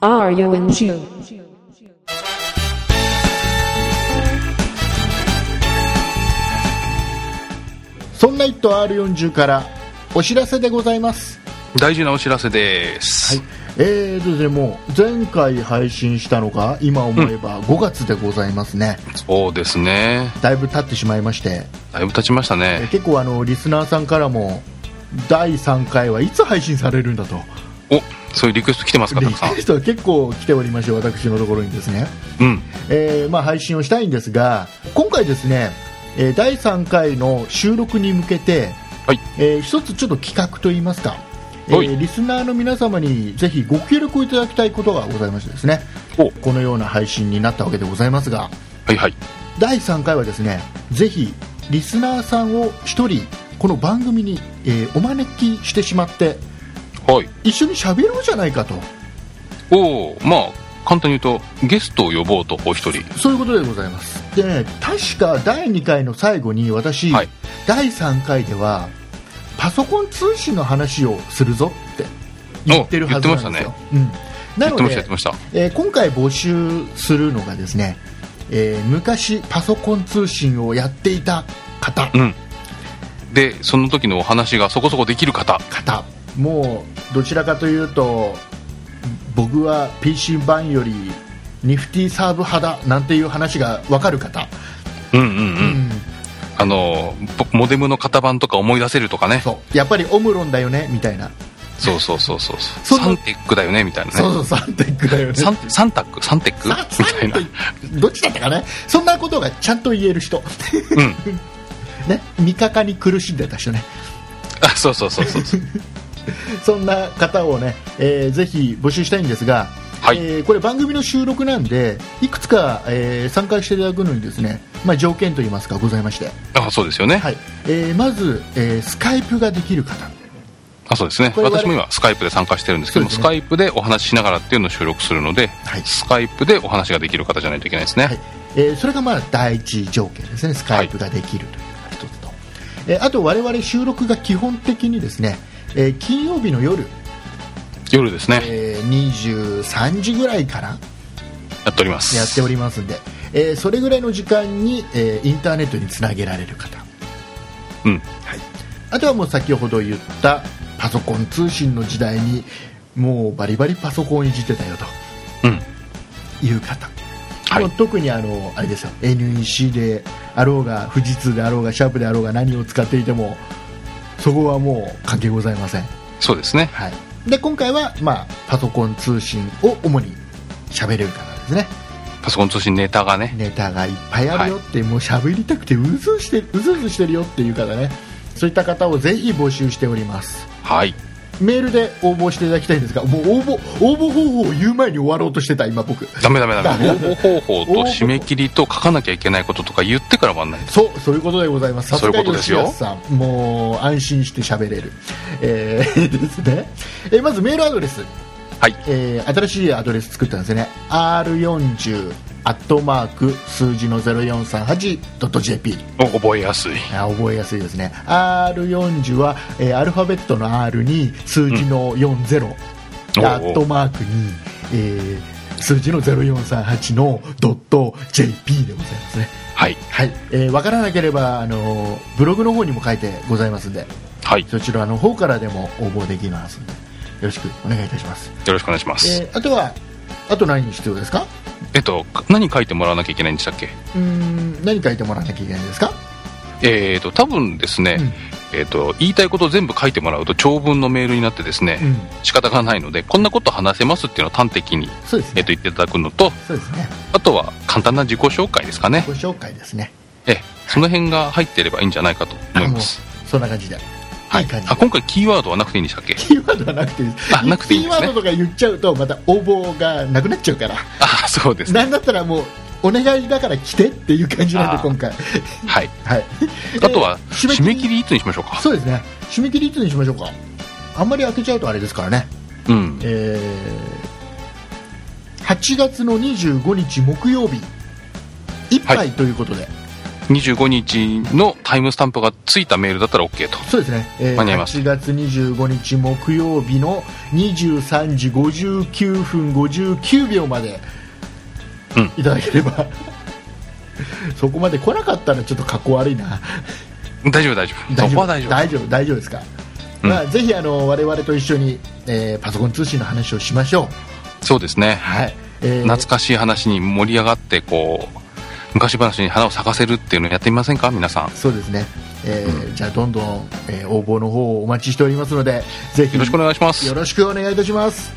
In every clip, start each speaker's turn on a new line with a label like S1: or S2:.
S1: Are you in tune?
S2: そんな「イット R40」からお知らせでございます
S3: 大事なお知らせです、
S2: えーとでもう前回配信したのが今思えば5月でございますね、
S3: そうですね
S2: だいぶ経ってしまいまして
S3: だいぶ経ちました
S2: え
S3: ね
S2: 結構あのリスナーさんからも第3回はいつ配信されるんだと
S3: おそういうリクエスト来てますか
S2: リ
S3: たくさん
S2: クエストが結構来ておりまして私のところにですね、
S3: うん
S2: えーまあ、配信をしたいんですが今回ですね、えー第3回の収録に向けて、
S3: はい
S2: えー一つちょっと企画といいますか、え
S3: はい
S2: ーリスナーの皆様にぜひご協力をいただきたいことがございましてですね
S3: お
S2: このような配信になったわけでございますが
S3: はいはい
S2: 第3回はですねぜひリスナーさんを1人この番組に、えーお招きしてしまって
S3: はい
S2: 一緒に喋ろうじゃないかと
S3: おおまあ簡単に言うとゲストを呼ぼうとお一人
S2: そういうことでございますでね確か第2回の最後に私、
S3: はい
S2: 第3回ではパソコン通信の話をするぞって言ってるはずなんですよ、うん、な
S3: やっ
S2: の
S3: てましたや
S2: で
S3: って、ました
S2: えー今回募集するのがですね、えー昔パソコン通信をやっていた方、
S3: うんでその時のお話がそこそこできる方
S2: 方もうどちらかというと僕は PC 版よりニフティサーブ派だなんていう話が分かる方、
S3: うんうんうん、
S2: うん
S3: あのぼモデムの型番とか思い出せるとかね
S2: そうやっぱりオムロンだよねみたいな、
S3: そうそうそうそう
S2: そ
S3: そ
S2: うの
S3: サンテックだよねみたいなね
S2: そうそうサンテックだよね
S3: サンサンタックサンテック
S2: サン
S3: みたいな
S2: サンテックどっちだったかねそんなことがちゃんと言える人
S3: うん
S2: ね味方に苦しんでた人ね
S3: あそうそうそうそう そう
S2: そんな方をね、えーぜひ募集したいんですが、
S3: はい
S2: えーこれ番組の収録なんでいくつか、えー参加していただくのにですね、まあ、条件といいますかございまして、
S3: あそうですよね、
S2: はいえーまず、えースカイプができる方
S3: あそうですね
S2: これ
S3: 私も今スカイプで参加してるんですけども、
S2: そう
S3: ス
S2: です
S3: カイプでお話ししながらっていうのを収録するので、
S2: はい
S3: スカイプでお話ができる方じゃないといけないですね、
S2: はいえーそれがまあ第一条件ですね、スカイプができるというのが一つと、えーあと我々収録が基本的にですね、えー金曜日の夜、
S3: 夜ですね、
S2: えー23時ぐらいから
S3: やっております
S2: やっておりますんで、えーそれぐらいの時間に、えーインターネットにつなげられる方、
S3: うん
S2: あとはもう先ほど言ったパソコン通信の時代にもうバリバリパソコンいじってたよ
S3: うん
S2: という方。
S3: はい
S2: もう特にあのあれですよ NEC であろうが富士通であろうがシャープであろうが何を使っていてもそこはもう関係ございません、
S3: そうですね
S2: はい、で今回は、まあ、パソコン通信を主に喋れる方ですね
S3: パソコン通信ネタがね
S2: ネタがいっぱいあるよって、もう喋りたくてうずうしてうずうずしてるよっていう方ねそういった方をぜひ募集しております
S3: はい
S2: メールで応募していただきたいんですがもう応募応募方法を言う前に終わろうとしてた今僕
S3: ダメダメダメ
S2: ダ
S3: 応
S2: メ
S3: 募方法と締め切りと書かなきゃいけないこととか言ってから終わんない
S2: そうそういうことでございますさす
S3: そういう
S2: が
S3: ことです
S2: 吉
S3: よ
S2: 安さんもう安心して喋れる、えー ですね、えーまずメールアドレス、
S3: はい
S2: えー新しいアドレス作ったんですよね r40 アットマーク数字の 0438.jp
S3: お覚えやすい
S2: あ覚えやすいですね R40 は、えーアルファベットの R に数字の40、
S3: おうおう
S2: アットマークに、えー数字の0438のドット .jp でございますね
S3: はい
S2: はい、えー、分からなければ、あのーブログの方にも書いてございますんで
S3: はいよ
S2: そちらの方からでも応募できますんでよろしくお願いいたします、
S3: ろしくお願いします
S2: えーあとはあと何必要ですか
S3: えっと何書いてもらわなきゃいけないんでしたっけ
S2: うーん何書いてもらわなきゃいけないですか
S3: えー、と多分ですね、えー、と言いたいことを全部書いてもらうと長文のメールになってですね、
S2: うん
S3: 仕方がないのでこんなこと話せますっていうのを端的に、
S2: そうです
S3: えー、
S2: ね
S3: と言っていただくのと
S2: そうですね
S3: あとは簡単な自己紹介ですかね、
S2: ご紹介ですね
S3: ええその辺が入ってればいいんじゃないかと思います
S2: あもうそんな感じで
S3: はい
S2: い感じ
S3: あ今回キーワードはなくていいんでしたっけ
S2: キーワードはなくていいです
S3: あなくていいんですね
S2: キーワードとか言っちゃうとまた応募がなくなっちゃうから
S3: あそうですね
S2: なんだったらもうお願いだから来てっていう感じなん
S3: あ
S2: で
S3: ー
S2: 今回
S3: はい
S2: はい
S3: あとは
S2: えー
S3: 締め切りいつにしましょうか
S2: そうですね締め切りいつにしましょうかあんまり開けちゃうとあれですからね、
S3: うん
S2: えー8月の25日木曜日1杯ということで、
S3: 25日のタイムスタンプがついたメールだったら OK と。
S2: そうですね、えー
S3: 間に合います
S2: 8月25日木曜日の23時59分59秒まで
S3: うん
S2: いただければ、 そこまで来なかったらちょっと格好悪いな
S3: 大丈夫、大丈夫。そこは大丈夫。
S2: 大丈夫大丈夫ですか、
S3: うん
S2: まあ、ぜひあの我々と一緒に、えーパソコン通信の話をしましょう、
S3: そうですね。
S2: はいえー
S3: 懐かしい話に盛り上がって、こう、昔話に花を咲かせるっていうのやってみませんか皆さん。よ
S2: そうですね、えーじゃあどんどん、えー応募の方をお待ちしておりますのでぜひ
S3: ろしくお願いします。
S2: よろしくお願いいたします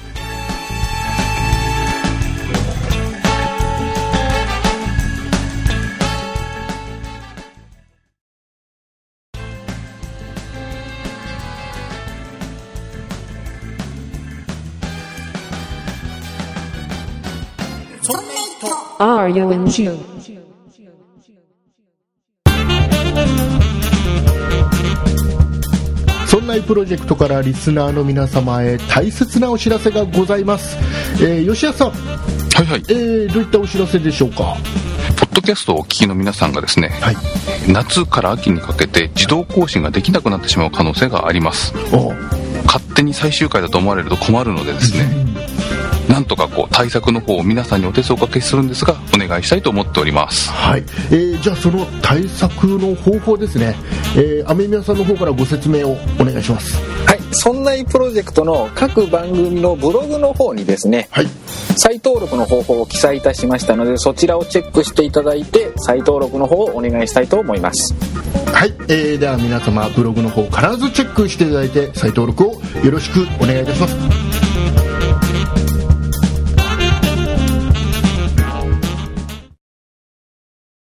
S1: あ R U N J
S2: そんなプロジェクトからリスナーの皆様へ大切なお知らせがございます、えー吉谷さん、
S3: はいはい。
S2: えーどういったお知らせでしょうか
S3: ポッドキャストをお聞きの皆さんがですね、
S2: はい
S3: 夏から秋にかけて自動更新ができなくなってしまう可能性があります。
S2: おう
S3: 勝手に最終回だと思われると困るのでですね、なんとかこう対策の方を皆さんにお手数をおかけするんですが、お願いしたいと思っております。
S2: はい、えーじゃあその対策の方法ですね、えー、雨宮さんの方からご説明をお願いします
S4: はい、そんなプロジェクトの各番組のブログの方にですね、
S2: はい
S4: 再登録の方法を記載いたしましたので、そちらをチェックしていただいて、再登録の方をお願いしたいと思います。
S2: はい、えーでは皆様ブログの方必ずチェックしていただいて再登録をよろしくお願いいたします